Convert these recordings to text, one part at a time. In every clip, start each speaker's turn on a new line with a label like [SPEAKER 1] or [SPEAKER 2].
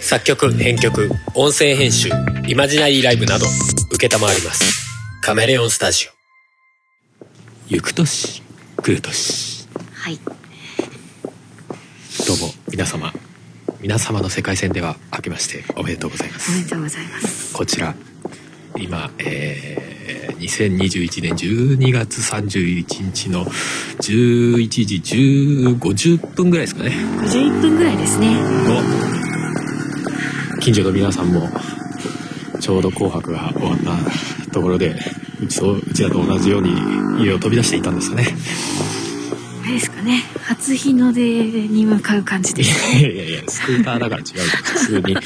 [SPEAKER 1] 作曲編曲音声編集イマジナリーライブなど承りますカメレオンスタジ
[SPEAKER 2] オ行く年来る年
[SPEAKER 3] はい
[SPEAKER 1] どうも皆様皆様の世界線では明けましておめでとうございます
[SPEAKER 3] おめでとうございます
[SPEAKER 1] こちら今、えー、2021年12月31日の11時15、50分ぐらいですかね。
[SPEAKER 3] 51分ぐらいですね。
[SPEAKER 1] 近所の皆さんも、ちょうど紅白が終わったところで、うちと、うちらと同じように家を飛び出していたんです かね。、
[SPEAKER 3] あれですかね。初日の出に向かう感じです
[SPEAKER 1] ね、いやいやいや、スクーターだから違う。普通に神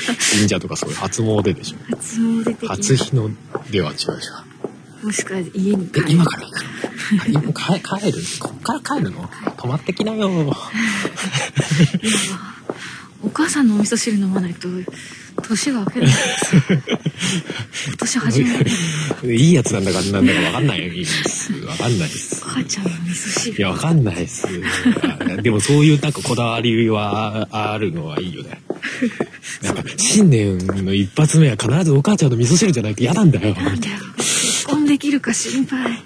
[SPEAKER 1] 社とかそういう初詣 でしょ。
[SPEAKER 3] 初詣的
[SPEAKER 1] 初日の出は違うでし
[SPEAKER 3] ょ。もしくは家に帰
[SPEAKER 1] る。今から 今帰帰るこっから帰るの、はい、泊まってきなよ。
[SPEAKER 3] お母さんのお味噌汁飲まないと年が明けないですよ今年初め
[SPEAKER 1] ていいやつなんだかなんだか分かんないです分かんないです
[SPEAKER 3] 母ちゃんの味噌汁
[SPEAKER 1] いや分かんないですでもそういうなんかこだわりはあるのはいいよ ねなんか新年の一発目は必ずお母ちゃんの味噌汁じゃないと嫌なんだ よ
[SPEAKER 3] なんだよ結婚できるか心配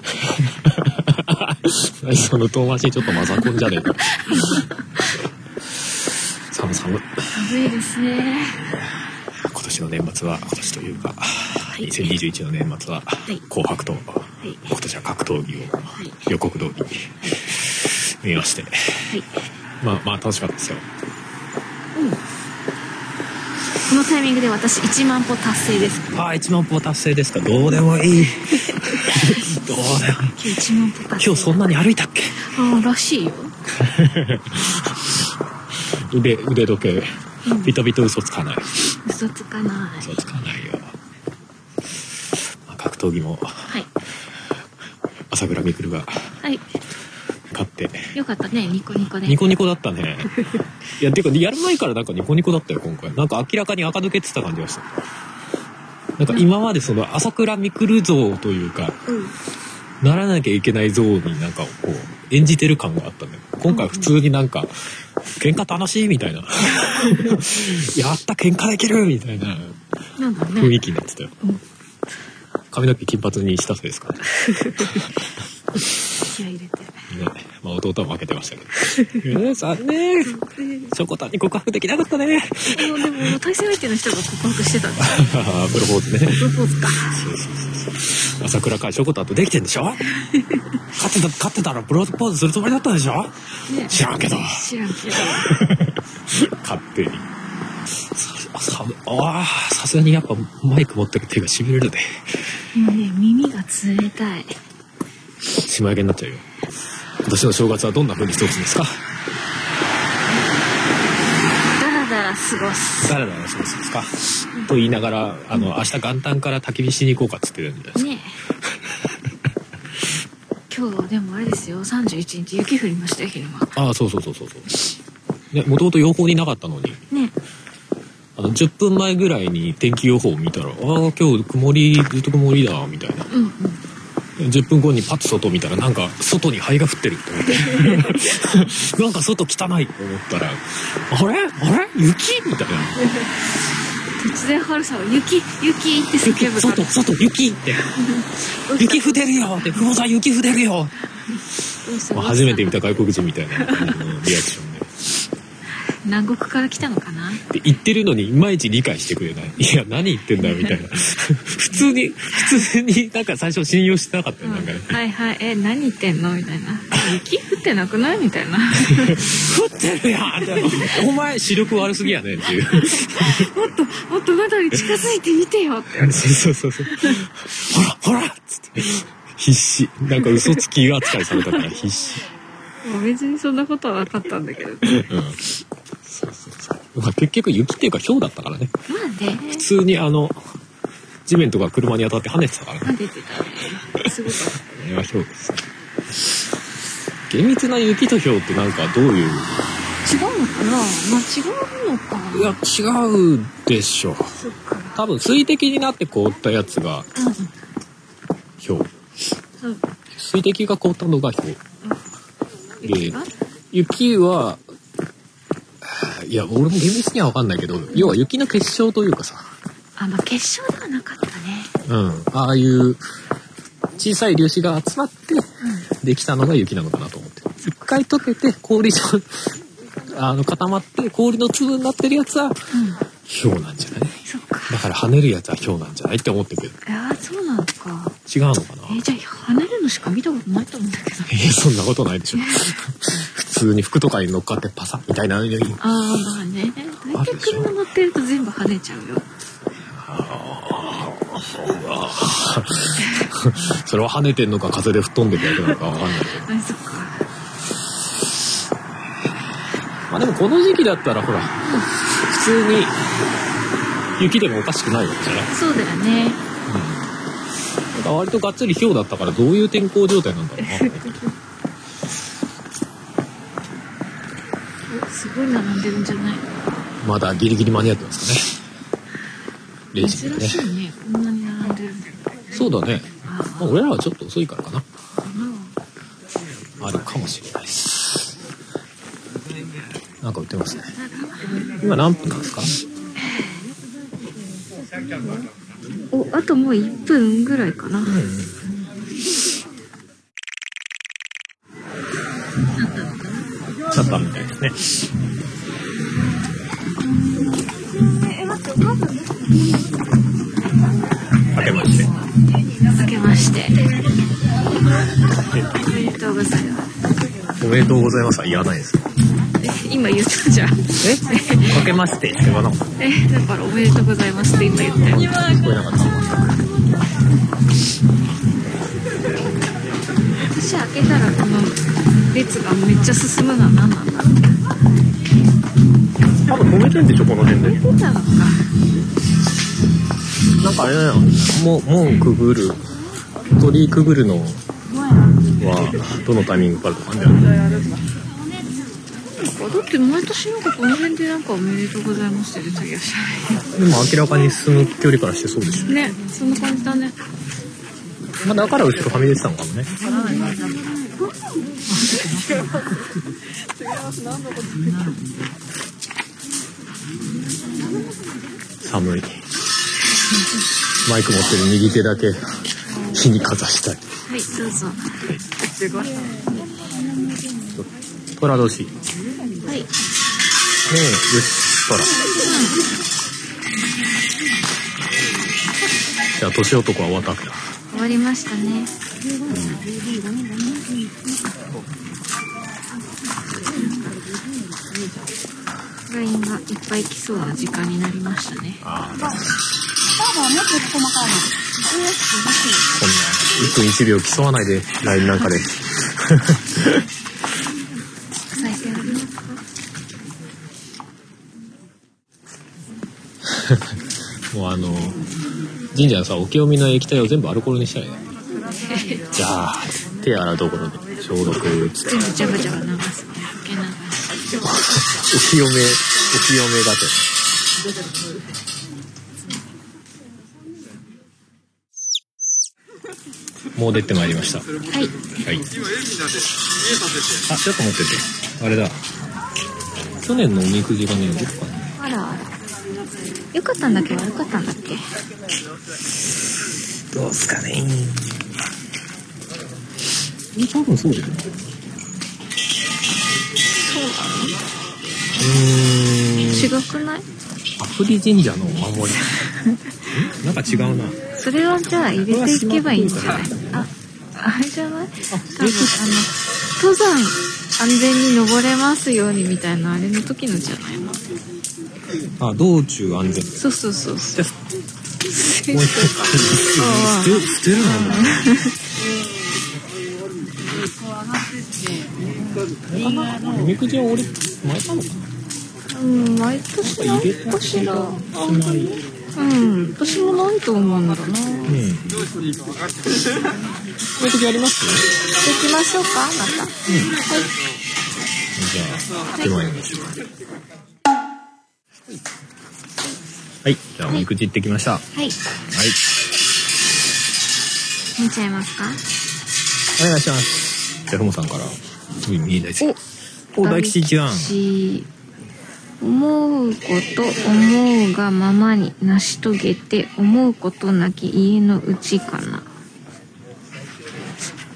[SPEAKER 1] その遠回しにちょっとマザコンじゃね えか寒寒
[SPEAKER 3] 寒いですね
[SPEAKER 1] 今年の年末は今年というか、はい、2021の年末は紅白と、はい、今年は格闘技を予告通り見まして、はい、まあまあ楽しかったですよ、
[SPEAKER 3] うん、このタイミングで私1万歩達成です
[SPEAKER 1] ああ1万歩達成ですかどうでも いいどうでもいい
[SPEAKER 3] 今日1万歩
[SPEAKER 1] 成
[SPEAKER 3] 達
[SPEAKER 1] 今日そんなに歩いたっけ
[SPEAKER 3] ああらしいよ
[SPEAKER 1] 腕腕時計、うん、ビトビト嘘つかない
[SPEAKER 3] 嘘つかない
[SPEAKER 1] 嘘つかないよ、まあ、格闘技も、
[SPEAKER 3] はい、
[SPEAKER 1] 朝倉未来が、
[SPEAKER 3] はい、
[SPEAKER 1] 勝って
[SPEAKER 3] よかったねニコニコで
[SPEAKER 1] ニコニコだった ねいやてかやる前からなんかニコニコだったよ今回なんか明らかに垢抜けてた感じがしたなんか今までその朝倉未来像というか、うんならなきゃいけない像になんかこう演じてる感があったね今回普通になんか喧嘩楽しいみ たいなやった喧嘩できるみたいな雰囲気になってたよ、ねうん、髪の毛金髪にしたせいですかね
[SPEAKER 3] 気合入れて
[SPEAKER 1] ねまあ弟は負けてま したけどね残念しょこたんに告白できなかった ね
[SPEAKER 3] でもでも対戦相手の人が告白してたんだ
[SPEAKER 1] プロポーズねプ
[SPEAKER 3] ロポーズか
[SPEAKER 1] そうそうそうそう朝倉海翔子とできてんでし ょ勝ってた勝ってたらプロポーズするつもりだったでしょ、ね、知らんけど
[SPEAKER 3] 知らんけど
[SPEAKER 1] 勝手にああさすがにやっぱマイク持ってる手がしびれるね
[SPEAKER 3] もうね耳が冷たい
[SPEAKER 1] しまやけになっちゃうよ今年の正月はどんな風に過ごすんですか
[SPEAKER 3] ダラ過ごす
[SPEAKER 1] ダラダラ過ごすですか、うん、と言いながらあの、うん、明日元旦から焚き火しに行こうかっつってるんじゃない
[SPEAKER 3] ね今日はでもあれですよ31日雪降りましたよ昼間
[SPEAKER 1] ああそうそうそうそうそうもともと予報になかったのに
[SPEAKER 3] ね
[SPEAKER 1] あの10分前ぐらいに天気予報を見たら「ああ今日曇りずっと曇りだ」みたいな、
[SPEAKER 3] うん
[SPEAKER 1] うん、10分後にパッと外見たらなんか外に灰が降ってると思ってなんか外汚いと思ったら「あれあれ雪?」みたいな
[SPEAKER 3] 突然ハルさんは雪「雪雪」って叫ぶ
[SPEAKER 1] 外外雪」って「雪降ってるよ」って「久保さん雪降ってるよ」初めて見た外国人みたいなリアクションで。
[SPEAKER 3] 南国から来たのかな
[SPEAKER 1] って言ってるのにいまいち理解してくれないいや何言ってんだよみたいな普通に普通になんか最初信用してなかったよ、うん、なんかね
[SPEAKER 3] はいはいえ何言ってんのみたいな雪降ってなくないみたいな
[SPEAKER 1] 降ってるやんお前視力悪すぎやねっていうも
[SPEAKER 3] っともっと窓に近づいてみてよって
[SPEAKER 1] そうそうそうほらほらっつって必死なんか嘘つき扱いされたから必死
[SPEAKER 3] 別にそんなことはなかったんだけど、ね、うん
[SPEAKER 1] そうそうそう。まあ、結局雪っていうか氷だったからね。
[SPEAKER 3] まあね。
[SPEAKER 1] 普通にあの、地面とか車に当たって跳ねてたから
[SPEAKER 3] ね。跳ねてたね。すごかった。
[SPEAKER 1] あれは氷です厳密な雪と氷ってなんかどういう違うの
[SPEAKER 3] かなまあ違うのかない
[SPEAKER 1] や、違うでしょう。多分水滴になって凍ったやつが、氷。
[SPEAKER 3] うん、
[SPEAKER 1] 水滴が凍ったのが氷。うん、で、雪は、いや、俺も厳密には分かんないけど、要は雪の結晶というかさ、
[SPEAKER 3] あ、まあ、結晶ではなかったね。
[SPEAKER 1] うん、ああいう小さい粒子が集まってできたのが雪なのかなと思って。一回溶けて氷の あの固まって氷の粒になってるやつは
[SPEAKER 3] うん。うん。
[SPEAKER 1] 氷なんじゃない
[SPEAKER 3] そっか。
[SPEAKER 1] だから跳ねるやつは氷なんじゃないって思ってるけど、
[SPEAKER 3] いやーそうなのか。
[SPEAKER 1] 違うのかな
[SPEAKER 3] えーじゃあ、跳ねるのしか見たことないと思うんだけど。
[SPEAKER 1] えーそんなことないでしょ。 普通に服とかに乗っかってパサッみたいなのに。
[SPEAKER 3] ああ、まあね。大体車乗ってると全部跳ねちゃうよ。
[SPEAKER 1] それは跳ねてんのか風で吹っ飛んでるだけなのかわかんないけど。
[SPEAKER 3] あ、そっか。
[SPEAKER 1] まあでもこの時期だったらほら、普通に雪でもおかしくないわけじゃない。
[SPEAKER 3] そうだよね。
[SPEAKER 1] なんか割とがっつり氷だったからどういう天候状態なんだろうなと思って。
[SPEAKER 3] おすごい並んでるんじゃない
[SPEAKER 1] まだギリギリ間に合ってますかね。0時には
[SPEAKER 3] 珍
[SPEAKER 1] ね
[SPEAKER 3] し。いね。こんなに並んでるんだよ。
[SPEAKER 1] そうだね。
[SPEAKER 3] ああ、
[SPEAKER 1] まあ、俺らはちょっと遅いからかな。
[SPEAKER 3] かな。
[SPEAKER 1] あるかもしれないです。なんか売ってますね。今何分なんですか
[SPEAKER 3] お、あともう1分ぐらいかな。
[SPEAKER 1] シャッターみたいですね。開けまして。
[SPEAKER 3] 続けまして。おめでとうございます。
[SPEAKER 1] おめでとうございますは言わないです。
[SPEAKER 3] え今言ったじゃん。
[SPEAKER 1] えかけましてって言わなかった。
[SPEAKER 3] え、だからおめでとうございますって今言ったよ。
[SPEAKER 1] 聞こえなかった。
[SPEAKER 3] 私開けたらこの列がめっちゃ進むのは何なんだろう。
[SPEAKER 1] 多分止めてんでしょ、この辺で。
[SPEAKER 3] そうなのか。
[SPEAKER 1] なんかあれだよ。もう、もうくぐる。鳥居くぐるのは、どのタイミングからとかあんじゃない
[SPEAKER 3] だって毎年なんかこの辺でなんかおめでとうございますって出た気がし
[SPEAKER 1] でも明らかに進む距離からしてそうでし
[SPEAKER 3] ない。ね、そんな感じだね。
[SPEAKER 1] ょ。まあ、だから後ろはみ出てたのかもね。寒い。マイク持ってる右手だけ、火にかざしたい。
[SPEAKER 3] はい、どうぞ。
[SPEAKER 1] 虎年。ね
[SPEAKER 3] はい。
[SPEAKER 1] え、よし、虎。じゃあ、年男は終わったわけだ。
[SPEAKER 3] 終わりましたね。ラインがいっぱい来そうな時間になりましたね。
[SPEAKER 1] こんな、1分1秒競わないで、LINE なんかで。
[SPEAKER 3] 最近ありますか。
[SPEAKER 1] もうあの、神社のさ、お清みの液体を全部アルコールにしたらいいよじゃあ、手洗うところで消毒、つって
[SPEAKER 3] 全部ジャバジャバ流すね。受け流し。
[SPEAKER 1] お清め、お清めがて。もう出てまいりました。は
[SPEAKER 3] はい。
[SPEAKER 1] い。あ、ちょっと持ってて。あれだ。去年のおみくじがね、どっかに
[SPEAKER 3] あらあら。よかったんだけど、よかったんだっけ。
[SPEAKER 1] どうすかね多分そうだよねうーん
[SPEAKER 3] 違くない。
[SPEAKER 1] アフリ神社のお守りん なんか違うな
[SPEAKER 3] それはじゃあ入れていけばいいんじゃないあ、あれじゃない多分あの、登山安全に登れますようにみたいなあれの時のじゃないの
[SPEAKER 1] あ道中安全
[SPEAKER 3] そうそうそう
[SPEAKER 1] じ
[SPEAKER 3] そ
[SPEAKER 1] ゃ
[SPEAKER 3] う。
[SPEAKER 1] あもう一回捨て捨てるのもうおみくじは俺巻いたのか
[SPEAKER 3] うん、毎年
[SPEAKER 1] な
[SPEAKER 3] な
[SPEAKER 1] 入れ
[SPEAKER 3] ん
[SPEAKER 1] た
[SPEAKER 3] かしら。
[SPEAKER 1] しない
[SPEAKER 3] うん、私もないと思うんだな。
[SPEAKER 1] うんおみくじあります
[SPEAKER 3] 行きましょうか、また。
[SPEAKER 1] じゃあ手前にしましょうはいじゃあおみくじ行ってきましたは
[SPEAKER 3] はい、
[SPEAKER 1] い
[SPEAKER 3] 見ちゃいますか
[SPEAKER 1] お願いします。じゃあ、ふもさんから。見えないです。お、大吉一番。
[SPEAKER 3] し、思うこと思うがままに成し遂げて思うことなき家のうちかな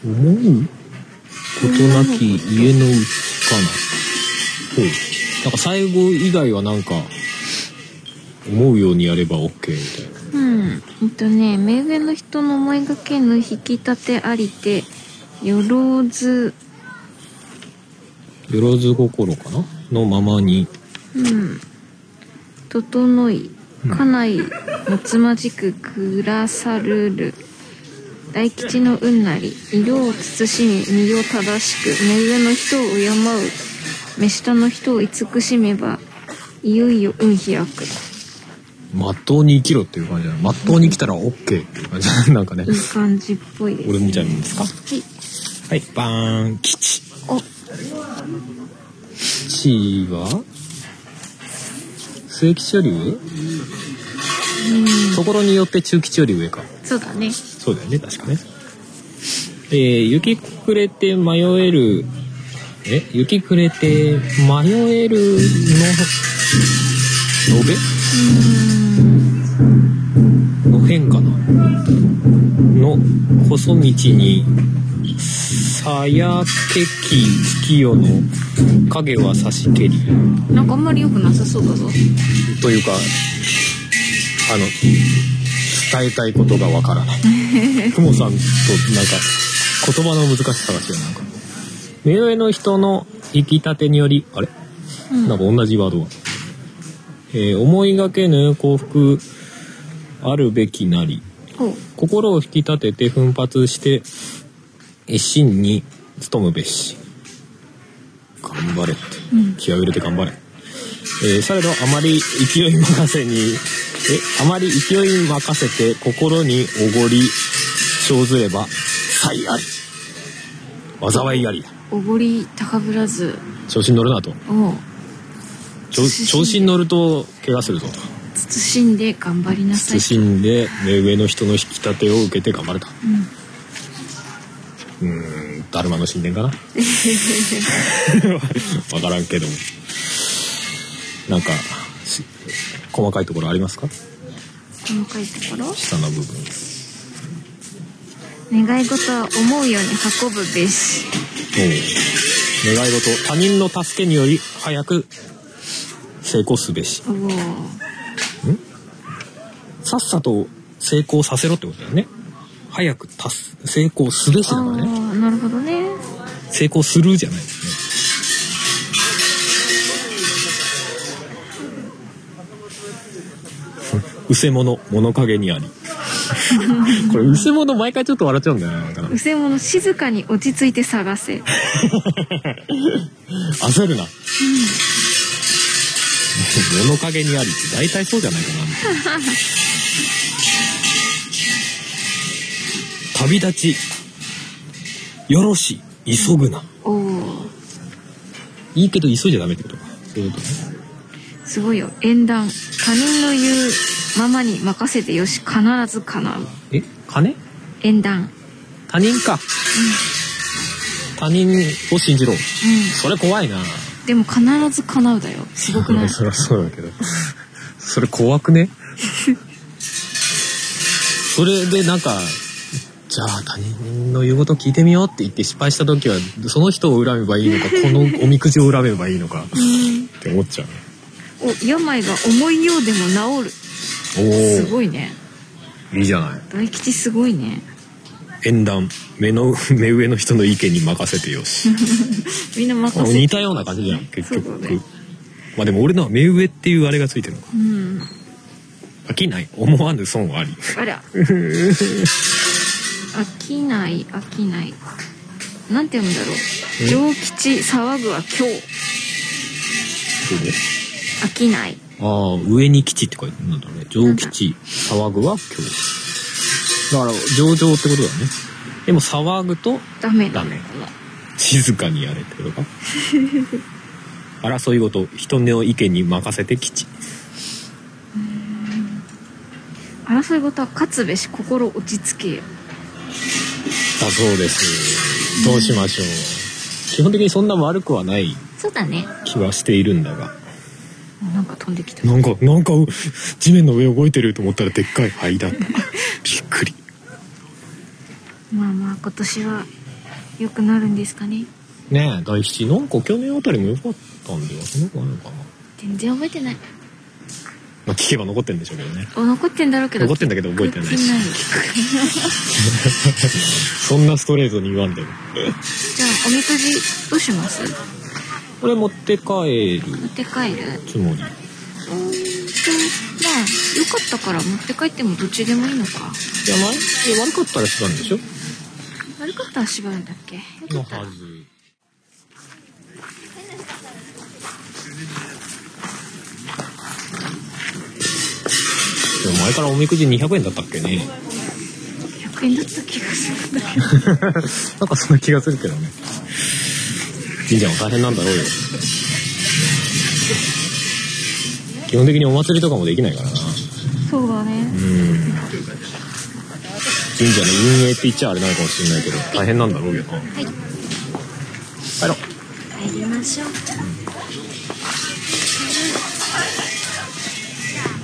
[SPEAKER 1] 思うことなき家のうちかな。ほう。なんか最後以外はなんか、思うようにやれば OK みたいな。
[SPEAKER 3] うんえっとね目上の人の思いがけぬ引き立てありてよろず
[SPEAKER 1] よろず心かなのままに。
[SPEAKER 3] うん整い家内もつまじく暮らさるる大吉の運なり色を慎み身を正しく目上の人を敬う目下の人を慈しめばいよいよ運開く
[SPEAKER 1] まっとうに生きろっていう感じだな。まっとうに生きたら OK っていう感じだな。なんかね
[SPEAKER 3] い。い感じっぽいです、
[SPEAKER 1] 俺みたいなんですか
[SPEAKER 3] はい
[SPEAKER 1] はい、バーン、吉。
[SPEAKER 3] お
[SPEAKER 1] 吉は末吉より上ところによって中吉より上か。
[SPEAKER 3] そうだね
[SPEAKER 1] そうだよね、確かね。えー雪くれて迷える、え雪くれて迷えるの、のべの変かなの細道にさやけき月夜の影は差しけり
[SPEAKER 3] なんかあんまり良くなさそうだぞ
[SPEAKER 1] というかあの伝えたいことがわから ないくもさんとなんか言葉の難しさが違うなんか目上の人の引き立てによりあれ
[SPEAKER 3] うん
[SPEAKER 1] なんか同じワードが、えー思いがけぬ幸福あるべきなり
[SPEAKER 3] お
[SPEAKER 1] 心を引き立てて奮発して一心に努むべし頑張れって、
[SPEAKER 3] うん
[SPEAKER 1] 気合を入れて頑張れ、えーされどあまり勢い任せにえあまり勢い任せて心におごり生ずれば才あり災いありだ
[SPEAKER 3] おごり高ぶらず
[SPEAKER 1] 調子に乗るなと
[SPEAKER 3] を
[SPEAKER 1] 調調子に乗ると怪我するぞ
[SPEAKER 3] 慎んで頑張りなさい
[SPEAKER 1] 謹んで目上の人の引き立てを受けて頑張れた
[SPEAKER 3] う
[SPEAKER 1] う
[SPEAKER 3] ん
[SPEAKER 1] ーん、だるまの神殿かな わからんけども。なんか、し細かいところありますか
[SPEAKER 3] 細かいところ
[SPEAKER 1] 下の部分。
[SPEAKER 3] 願い事は思うように運ぶべし
[SPEAKER 1] 願い事、他人の助けにより早く成功すべし。
[SPEAKER 3] おお
[SPEAKER 1] さっさと成功させろってことだよね。早く達す成功すべしだ
[SPEAKER 3] あ
[SPEAKER 1] からね。
[SPEAKER 3] ーなるほどね
[SPEAKER 1] 成功するじゃないですね。うせもの物陰にありこれうせもの毎回ちょっと笑っちゃうんだよななんかな
[SPEAKER 3] うせもの静かに落ち着いて探せ
[SPEAKER 1] 焦るな、物陰にありって大体そうじゃないかな旅立ちよろし急ぐな
[SPEAKER 3] おお
[SPEAKER 1] いいけど急いじゃダメってことかそういうことね
[SPEAKER 3] すごいよ縁談他人の言うままに任せてよし必ず叶う
[SPEAKER 1] え金
[SPEAKER 3] 縁談
[SPEAKER 1] 他人か、他人を信じろ
[SPEAKER 3] う
[SPEAKER 1] それ怖いなん
[SPEAKER 3] でも必ず叶うだよすごくない
[SPEAKER 1] そりゃそうだけどそれ怖くね それでなんかじゃあ他人の言うこと聞いてみようって言って失敗した時はその人を恨めば いいのかこのおみくじを恨めばいいのかって思っちゃう
[SPEAKER 3] お病が重いようでも治るす
[SPEAKER 1] お
[SPEAKER 3] ごいね
[SPEAKER 1] おいいじゃない
[SPEAKER 3] 大吉すごいね
[SPEAKER 1] 縁談目の目上の人の意見に任せてよし
[SPEAKER 3] みんな任せて
[SPEAKER 1] 似たような感じじゃん結
[SPEAKER 3] そう
[SPEAKER 1] 局、
[SPEAKER 3] だね
[SPEAKER 1] まあでも俺のは目上っていうあれがついてるのか
[SPEAKER 3] うん
[SPEAKER 1] 飽きない思わぬ損あり
[SPEAKER 3] あら。飽きない、飽きない。なんて読むんだろう。上吉、騒ぐは今日。飽きない。
[SPEAKER 1] ああ上に吉って書いてあるなんだろうね上吉騒ぐは今日だから上々ってことだよねでも騒ぐと
[SPEAKER 3] ダメな
[SPEAKER 1] ダ
[SPEAKER 3] の
[SPEAKER 1] メ
[SPEAKER 3] かな。
[SPEAKER 1] 静かにやれってこと か争い事人の意見に任せて吉
[SPEAKER 3] 争い事は勝つべし、心落ち着け
[SPEAKER 1] だ
[SPEAKER 3] よ。
[SPEAKER 1] そうですどうしましょう基本的にそんな悪くはない
[SPEAKER 3] そうだね。
[SPEAKER 1] 気はしているんだが
[SPEAKER 3] う飛んできた
[SPEAKER 1] なんかなんかう地面の上動いてると思ったらでっかい灰だったびっくり
[SPEAKER 3] まあまあ今年は良くなるんですかね
[SPEAKER 1] ねえ大吉なんか去年あたりも良かったんではその子あるのかな、
[SPEAKER 3] 全然覚えてない
[SPEAKER 1] まあ、聞けば残ってんでしょうけどね
[SPEAKER 3] あ残ってんだろうけど
[SPEAKER 1] 残ってんだけど覚えてないし
[SPEAKER 3] 聞い
[SPEAKER 1] そんなストレートに言わんでも
[SPEAKER 3] じゃあおみくじどうします
[SPEAKER 1] これ持って帰る
[SPEAKER 3] 持って帰る
[SPEAKER 1] つもり
[SPEAKER 3] うーんとまあ良かったから持って帰ってもどっちでもいいのか
[SPEAKER 1] じゃないえ悪かったらしたんでしょ
[SPEAKER 3] 悪かったら縛るんだっけ
[SPEAKER 1] のはずでも前からおみくじ200円だったっけね
[SPEAKER 3] 100円だった気がするんだけ
[SPEAKER 1] なんかそんな気がするけどね神社も大変なんだろうよ基本的にお祭りとかもできないからな
[SPEAKER 3] どそうだね
[SPEAKER 1] うん神社の運営って言っちゃあれなのかもしれないけど大変なんだろうよな
[SPEAKER 3] はい
[SPEAKER 1] 帰ろう
[SPEAKER 3] 帰りましょう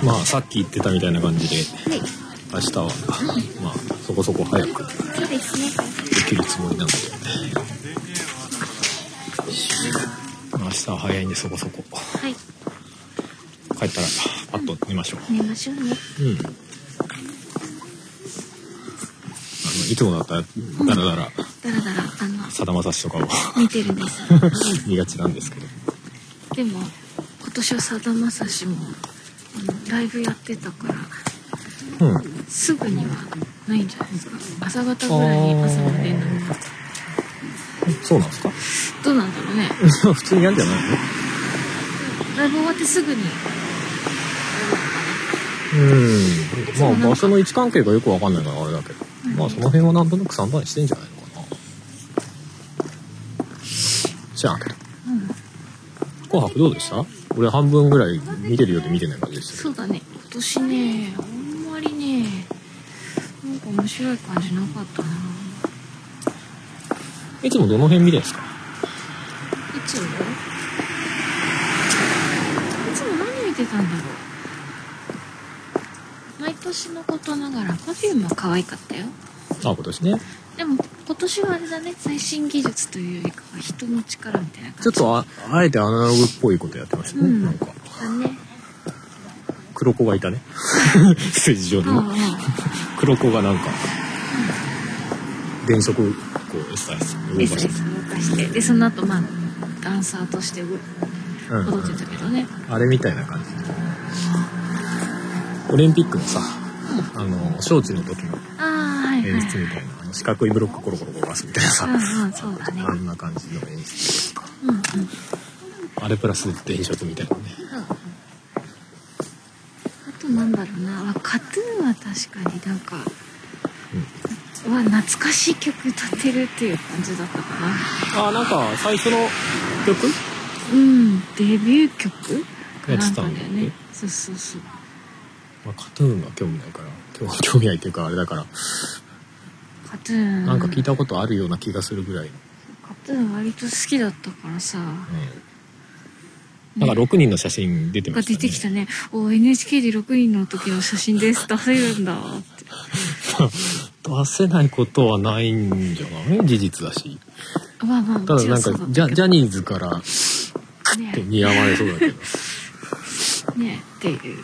[SPEAKER 1] まあさっき言ってたみたいな感じで
[SPEAKER 3] はい
[SPEAKER 1] 明日はまあそこそこ早く
[SPEAKER 3] そうですね
[SPEAKER 1] できるつもりなので明日は早いんでそこそこ
[SPEAKER 3] はい
[SPEAKER 1] 帰ったらパッと寝ましょう
[SPEAKER 3] 寝ましょうね
[SPEAKER 1] うんあのいつもだったらダラダラ
[SPEAKER 3] だらだらあの
[SPEAKER 1] さだまさしと かを
[SPEAKER 3] 見てるんです
[SPEAKER 1] 見がちなんですけど
[SPEAKER 3] でも今年はさだまさしもあのライブやってたから
[SPEAKER 1] うん
[SPEAKER 3] すぐにはないんじゃないですか朝方ぐらいに朝までなのか
[SPEAKER 1] そうなんですか
[SPEAKER 3] どうなんだろうね
[SPEAKER 1] 普通にやんじゃない
[SPEAKER 3] ライブ終わってすぐに
[SPEAKER 1] のうんまあ場所の位置関係がよくわかんないからあれだけどまあその辺はなんとなく散々してんじゃないのかなじゃあけど「紅白」どうでした俺半分ぐらい見てるようで見てない感じでしたけど
[SPEAKER 3] そうだね今年ねあんまりねなんか面白い感じなかったない
[SPEAKER 1] つもどの辺見てるんですか
[SPEAKER 3] いつもいつも何見てたんだろう毎年のことながら Perfume は可愛かったよ
[SPEAKER 1] あ今年ね
[SPEAKER 3] でも今年はあれだね最新技術というよりかは人の力みたいな
[SPEAKER 1] ちょ
[SPEAKER 3] 感
[SPEAKER 1] っとああえてアナログっぽいことやってましたね、
[SPEAKER 3] うん
[SPEAKER 1] なんか
[SPEAKER 3] じだね
[SPEAKER 1] 黒子がいたね ステージ上に
[SPEAKER 3] うんう
[SPEAKER 1] ね
[SPEAKER 3] ん
[SPEAKER 1] 黒子がなんか電飾をこう SIS
[SPEAKER 3] で
[SPEAKER 1] 動か
[SPEAKER 3] す
[SPEAKER 1] して
[SPEAKER 3] です動かしてでその後まあダンサーとして動
[SPEAKER 1] うんうん
[SPEAKER 3] 踊ってたけどね
[SPEAKER 1] あれみたいな感じオリンピックのさあの招致の時の
[SPEAKER 3] ああはいはい
[SPEAKER 1] 演出みたいなあの四角いブロックコロコロ動かすみたいなさ
[SPEAKER 3] うんうんそうだね
[SPEAKER 1] あんな感じの演出
[SPEAKER 3] うんうん
[SPEAKER 1] あれプラス電飾みたいなね
[SPEAKER 3] あとなんだろうなあカトゥーンは確かになんか、は懐かしい曲歌ってるっていう感じだったかな
[SPEAKER 1] あなんか最初の曲
[SPEAKER 3] うんデビュー曲か
[SPEAKER 1] や
[SPEAKER 3] な
[SPEAKER 1] っ
[SPEAKER 3] ん
[SPEAKER 1] て
[SPEAKER 3] か
[SPEAKER 1] た
[SPEAKER 3] だよ
[SPEAKER 1] んだよね
[SPEAKER 3] ねそうそうそう
[SPEAKER 1] まあ、カトゥーンが興味ないから興味興味ないっていうかあれだから
[SPEAKER 3] カトゥーン
[SPEAKER 1] なんか聞いたことあるような気がするぐらい、
[SPEAKER 3] カトゥーン割と好きだったからさ、
[SPEAKER 1] うん、なんか6人の写真出て
[SPEAKER 3] が
[SPEAKER 1] ましたね
[SPEAKER 3] 出てきたね「お NHK で6人の時の写真です出せるんだ」って
[SPEAKER 1] 出せないことはないんじゃない事実だし
[SPEAKER 3] まあまあ
[SPEAKER 1] ただなんかジャジャ
[SPEAKER 3] に
[SPEAKER 1] ニーズからって
[SPEAKER 3] ね
[SPEAKER 1] 似合われそうだけど
[SPEAKER 3] ねっていうあ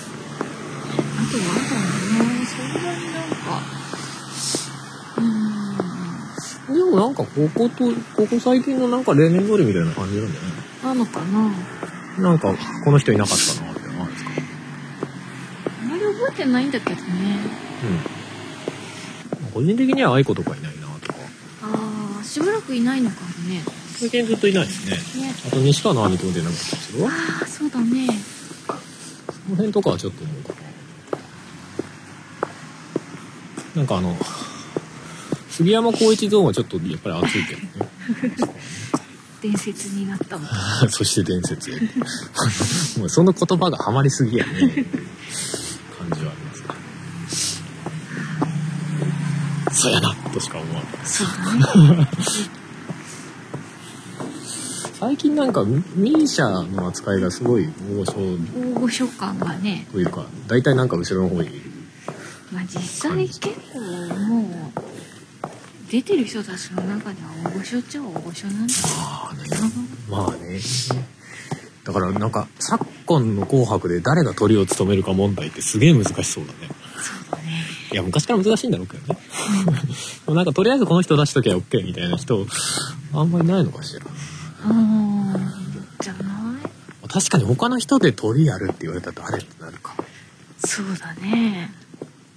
[SPEAKER 3] とはだねそんなになんかう ー
[SPEAKER 1] でもなんかこことここ最近のなんか例年通りみたいな感じなんじゃなん
[SPEAKER 3] なのかな
[SPEAKER 1] いなんかこの人いなかったなみたいなのあるんですか
[SPEAKER 3] あんまり覚えてないんだけどね
[SPEAKER 1] うん個人的には愛子とかいないなとか
[SPEAKER 3] ああしばらくいないのかもね
[SPEAKER 1] 最近ずっといないですね
[SPEAKER 3] ね
[SPEAKER 1] あと西川の兄貴も出なかったですよ
[SPEAKER 3] ああそうだね
[SPEAKER 1] この辺とかはちょっと思うかな。なんかあの、杉山浩一ゾーンはちょっとやっぱり熱いけどね。
[SPEAKER 3] 伝説になったもん
[SPEAKER 1] そして伝説へ。 もうその言葉がハマりすぎやね。感じはありますね。そうやなとしか思わない。
[SPEAKER 3] そうだね
[SPEAKER 1] 最近なんかミミーシャの扱いがすごい大御所
[SPEAKER 3] 大御所感がね、
[SPEAKER 1] というか大体なんか後ろの方に
[SPEAKER 3] まあ、実際結構もう出てる人たちの中では大御所っちゃ大御所なんだ
[SPEAKER 1] ああねまあねだからなんか昨今の「紅白」で誰がトリを務めるか問題ってすげえ難しそうだね
[SPEAKER 3] そうだね
[SPEAKER 1] いや昔から難しいんだろうけどねで もなんかとりあえずこの人出しときゃ OK みたいな人あんまりないのかしら
[SPEAKER 3] ああじゃない
[SPEAKER 1] 確かに他の人で鳥やるって言われたら誰ってなるか
[SPEAKER 3] そうだね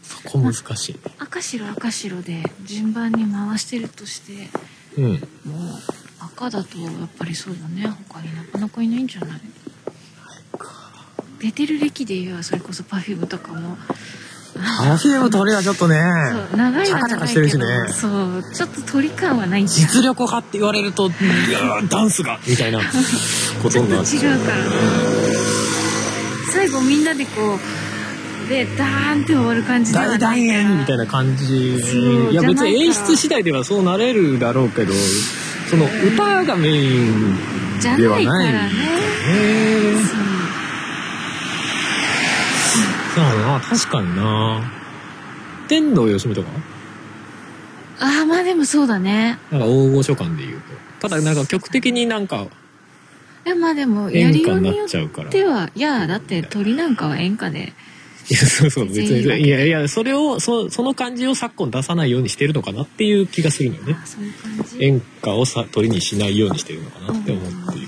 [SPEAKER 1] そこ難しいね
[SPEAKER 3] 赤白赤白で順番に回してるとして
[SPEAKER 1] うん
[SPEAKER 3] もう赤だとやっぱりそうだね他になかなかいないんじゃない出てる歴で言えばそれこそ Perfume とかも
[SPEAKER 1] ハーフィム鳥はちょっとね
[SPEAKER 3] そう長い
[SPEAKER 1] チャ
[SPEAKER 3] は
[SPEAKER 1] カチャ
[SPEAKER 3] 長
[SPEAKER 1] カし
[SPEAKER 3] い
[SPEAKER 1] てる
[SPEAKER 3] け
[SPEAKER 1] しね
[SPEAKER 3] どそうちょっと鳥感はないんじゃん
[SPEAKER 1] 実力派って言われるといやーダンスがみたいなことになっちゃう
[SPEAKER 3] 違うからね最後みんなでこうでダーンって終わる感じでは
[SPEAKER 1] 大
[SPEAKER 3] ないから
[SPEAKER 1] 団円みたいな感じ
[SPEAKER 3] そう
[SPEAKER 1] いや
[SPEAKER 3] じゃない
[SPEAKER 1] 別
[SPEAKER 3] から
[SPEAKER 1] に演出次第ではそうなれるだろうけどその歌がメイン
[SPEAKER 3] じゃ
[SPEAKER 1] で
[SPEAKER 3] な
[SPEAKER 1] はい
[SPEAKER 3] か
[SPEAKER 1] ない
[SPEAKER 3] らね
[SPEAKER 1] へー
[SPEAKER 3] そう
[SPEAKER 1] そうだな確かにな天童よしみとか
[SPEAKER 3] ああまあでもそうだね
[SPEAKER 1] なんか大御所感で言うとただなんか曲的になんか
[SPEAKER 3] いやまあでもや
[SPEAKER 1] 演
[SPEAKER 3] りよ
[SPEAKER 1] 歌
[SPEAKER 3] う
[SPEAKER 1] に
[SPEAKER 3] に
[SPEAKER 1] な
[SPEAKER 3] よ
[SPEAKER 1] っちゃうから
[SPEAKER 3] ってはいやだって鳥なんかは演歌で
[SPEAKER 1] いやそうそう別
[SPEAKER 3] 全然
[SPEAKER 1] にいやいやそれをそその感じを昨今出さないようにしてるのかなっていう気がするのよね
[SPEAKER 3] あそういう感じ
[SPEAKER 1] 演歌をさ取りにしないようにしてるのかなって思っている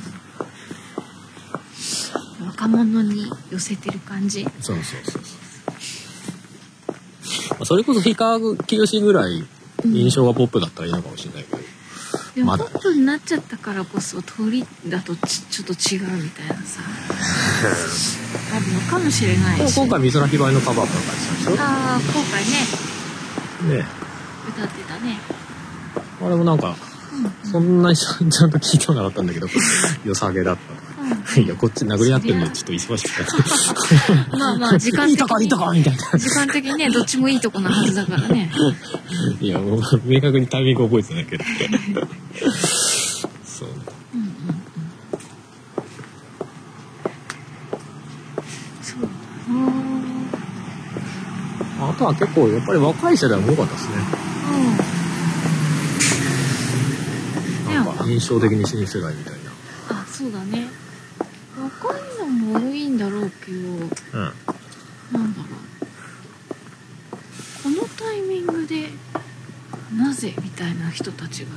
[SPEAKER 3] 若者に寄せてる感じ
[SPEAKER 1] そうそうそうまあそれこそ氷川きよしぐらい印象がポップだったらいいのかもしれないけど、
[SPEAKER 3] でも
[SPEAKER 1] ま
[SPEAKER 3] ポ
[SPEAKER 1] だ
[SPEAKER 3] ップになっちゃったからこそ鳥だとちちょっと違うみたいなさあるのかもしれな
[SPEAKER 1] で
[SPEAKER 3] い
[SPEAKER 1] も
[SPEAKER 3] し
[SPEAKER 1] 今回美空ひばりのカバーばっかりしたでし
[SPEAKER 3] ああ今回ね
[SPEAKER 1] ょね
[SPEAKER 3] 歌ってたね
[SPEAKER 1] あれもなんかそんなにちゃんちゃんと聞いてもなかったんだけど良さげだっ
[SPEAKER 3] う ん、うん
[SPEAKER 1] たいやこっち殴り合ってるのちょっと忙しくなって
[SPEAKER 3] まあまあ時間的に
[SPEAKER 1] いいとこいいとこみたいな
[SPEAKER 3] 時間的にねどっちもいいとこなはずだからね
[SPEAKER 1] いやもう明確にタイミング覚えてないけどそう
[SPEAKER 3] うんうんうんそうだなうん
[SPEAKER 1] あとは結構やっぱり若い世代も多かったですねなんか印象的に新世代みたい
[SPEAKER 3] あそうだね若いのも多いんだろうけど
[SPEAKER 1] なうん
[SPEAKER 3] なんだろうこのタイミングでなぜみたいな人たちが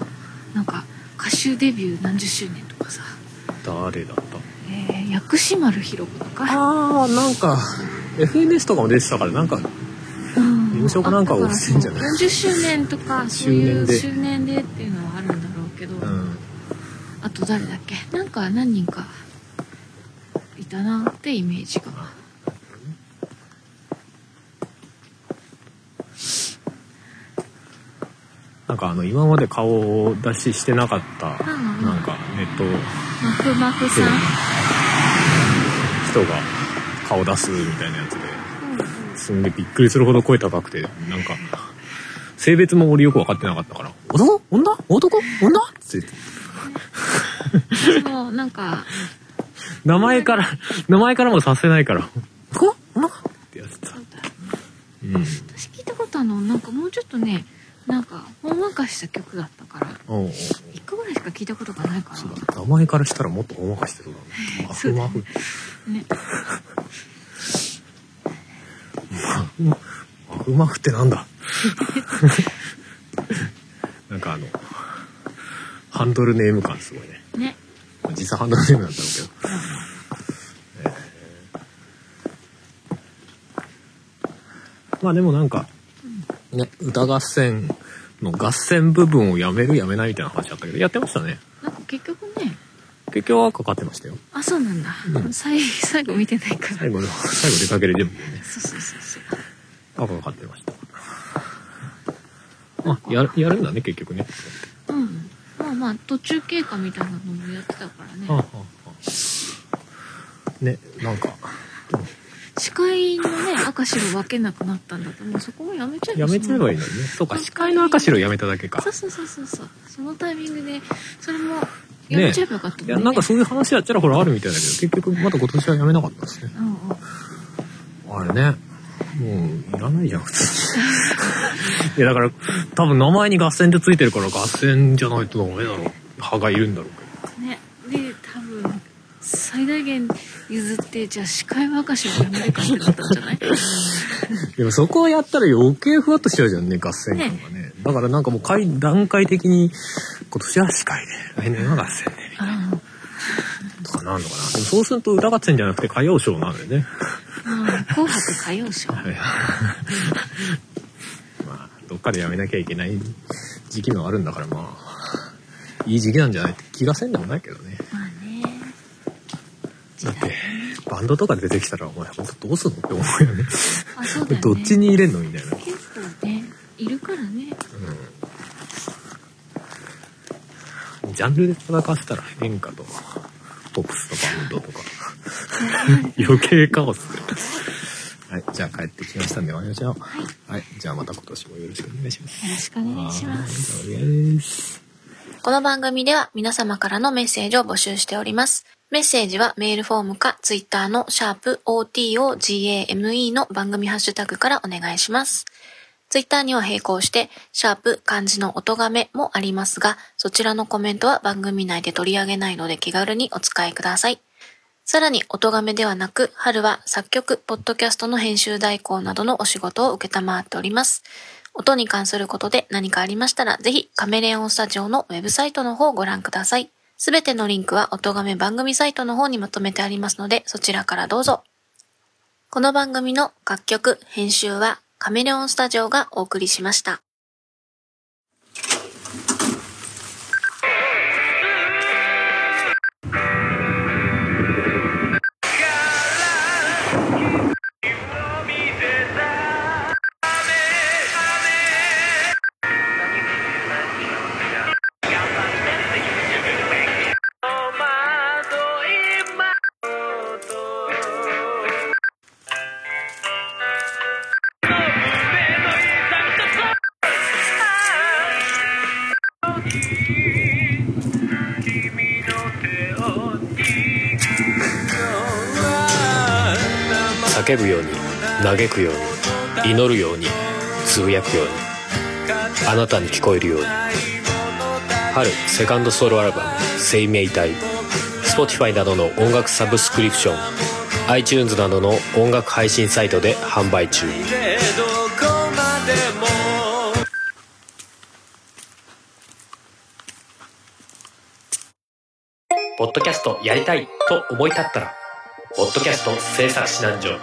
[SPEAKER 3] なんか歌手デビュー何十周年とかさ、
[SPEAKER 1] 誰だった
[SPEAKER 3] えー、薬師丸ひろ子とか
[SPEAKER 1] あーなんか FNS とかも出てたからなんか
[SPEAKER 3] うん
[SPEAKER 1] 優勝かなんかをしてんじゃない
[SPEAKER 3] あだからそう40周年とかそうい
[SPEAKER 1] 周年
[SPEAKER 3] う
[SPEAKER 1] で
[SPEAKER 3] 周年でっていうのはあるんだろうけど、
[SPEAKER 1] うん
[SPEAKER 3] あと誰だっけなんか何人かいたなってイメージが
[SPEAKER 1] なんかあの今まで顔を出ししてなかった
[SPEAKER 3] うんうん
[SPEAKER 1] なんかネット
[SPEAKER 3] マフマフさん、
[SPEAKER 1] 人が顔出すみたいなやつで
[SPEAKER 3] うんうん
[SPEAKER 1] すんでびっくりするほど声高くてなんか性別も俺よく分かってなかったから「男女男女?」って言って
[SPEAKER 3] そうなんか
[SPEAKER 1] 名前から名前からもさせないから「男女?」ってやってた
[SPEAKER 3] そうだ
[SPEAKER 1] うん
[SPEAKER 3] 私聞いたことあるのなんかもうちょっとねなんかほんわかした曲だったから
[SPEAKER 1] おうおう
[SPEAKER 3] 1個ぐらいしか聞いたことがないから
[SPEAKER 1] そうだ名前からしたらもっと大まかしてるだろうなマ
[SPEAKER 3] そう
[SPEAKER 1] フ
[SPEAKER 3] だ
[SPEAKER 1] マフ
[SPEAKER 3] ね
[SPEAKER 1] マフマフってなん だなんかあのハンドルネーム感すごいね
[SPEAKER 3] ね
[SPEAKER 1] 実際ハンドルネームなんだろうけどまあでもなんか、ね、歌合戦の合戦部分をやめるやめないみたいな話あったけど、やってましたね。
[SPEAKER 3] なんか結局ね
[SPEAKER 1] 結局はかかってましたよ。
[SPEAKER 3] あそうなんだ、
[SPEAKER 1] うん
[SPEAKER 3] 最 最後見てないから
[SPEAKER 1] 最後の、最後出かけるでもね、
[SPEAKER 3] そうそうそうそう
[SPEAKER 1] 赤がかってま した。あ、やる、やるんだね、結局ね。
[SPEAKER 3] うんまあまあ途中経過みたいなのもやってたから
[SPEAKER 1] ああ
[SPEAKER 3] ね
[SPEAKER 1] ああね、なんか、
[SPEAKER 3] 司会のね赤白分けなくなったんだともうそこもやめちゃえば
[SPEAKER 1] やめちゃえばいいのにね。そうか、司会の赤白やめただけか
[SPEAKER 3] そ。うそうそうそうそうそのタイミングでそれも
[SPEAKER 1] ね
[SPEAKER 3] やっちゃえばよかった
[SPEAKER 1] いやなんかそういう話はちらほらあるみたいだけど結局まだ今年はやめなかったですね
[SPEAKER 3] うんうん
[SPEAKER 1] あれねもういらないじゃん普通 にいやだから多分名前に合戦ってついてるから合戦じゃないとダメだろう歯がいるんだろうけど
[SPEAKER 3] ねで多分最大限譲ってじゃあ司会任せをやめるかってなったんじゃない
[SPEAKER 1] でもそこをやったら余計ふわっとしちゃうじゃんね、合戦感がね。だからなんかもう階段階的に、今年は司会で、来年は合戦で、みたい
[SPEAKER 3] あ
[SPEAKER 1] なとかなんのかな。でもそうすると裏合戦じゃなくて歌謡ショーなんだよ ね。
[SPEAKER 3] あうん紅白歌謡賞
[SPEAKER 1] はいまあ、どっかでやめなきゃいけない時期もあるんだからまあ、いい時期なんじゃないって気がせんでもないけどね。
[SPEAKER 3] まあね
[SPEAKER 1] だって、バンドとか出てきたら、お前本当どうすんのって思うよね。
[SPEAKER 3] あそうだよね
[SPEAKER 1] どっちに入れんのみたいな。
[SPEAKER 3] 結構ねいるからね
[SPEAKER 1] うんジャンルで戦わせたら演歌とポップスとバンドとか余計カオスはいじゃあ帰ってきましたんで終わりましょうはい、じゃあまた今年もよろしくお願いします
[SPEAKER 3] よろしくお願いします
[SPEAKER 1] はいお願いです
[SPEAKER 4] この番組では皆様からのメッセージを募集しております。メッセージはメールフォームかツイッターのシャープ o t o g a m e の番組ハッシュタグからお願いします。ツイッターには並行して、シャープ漢字の音がめもありますが、そちらのコメントは番組内で取り上げないので気軽にお使いください。さらに、音がめではなく、春は作曲、ポッドキャストの編集代行などのお仕事を受けたまわっております。音に関することで何かありましたら、ぜひカメレオンスタジオのウェブサイトの方をご覧ください。すべてのリンクは音がめ番組サイトの方にまとめてありますので、そちらからどうぞ。この番組の楽曲、編集はカメレオンスタジオがお送りしました。
[SPEAKER 2] 叫ぶように嘆くように祈るようにつぶやくようにあなたに聞こえるように春セカンドソロアルバム「生命体」Spotify などの音楽サブスクリプション iTunes などの音楽配信サイトで販売中ポッドキャストやりたいと思い立ったら「ポッドキャスト制作指南所」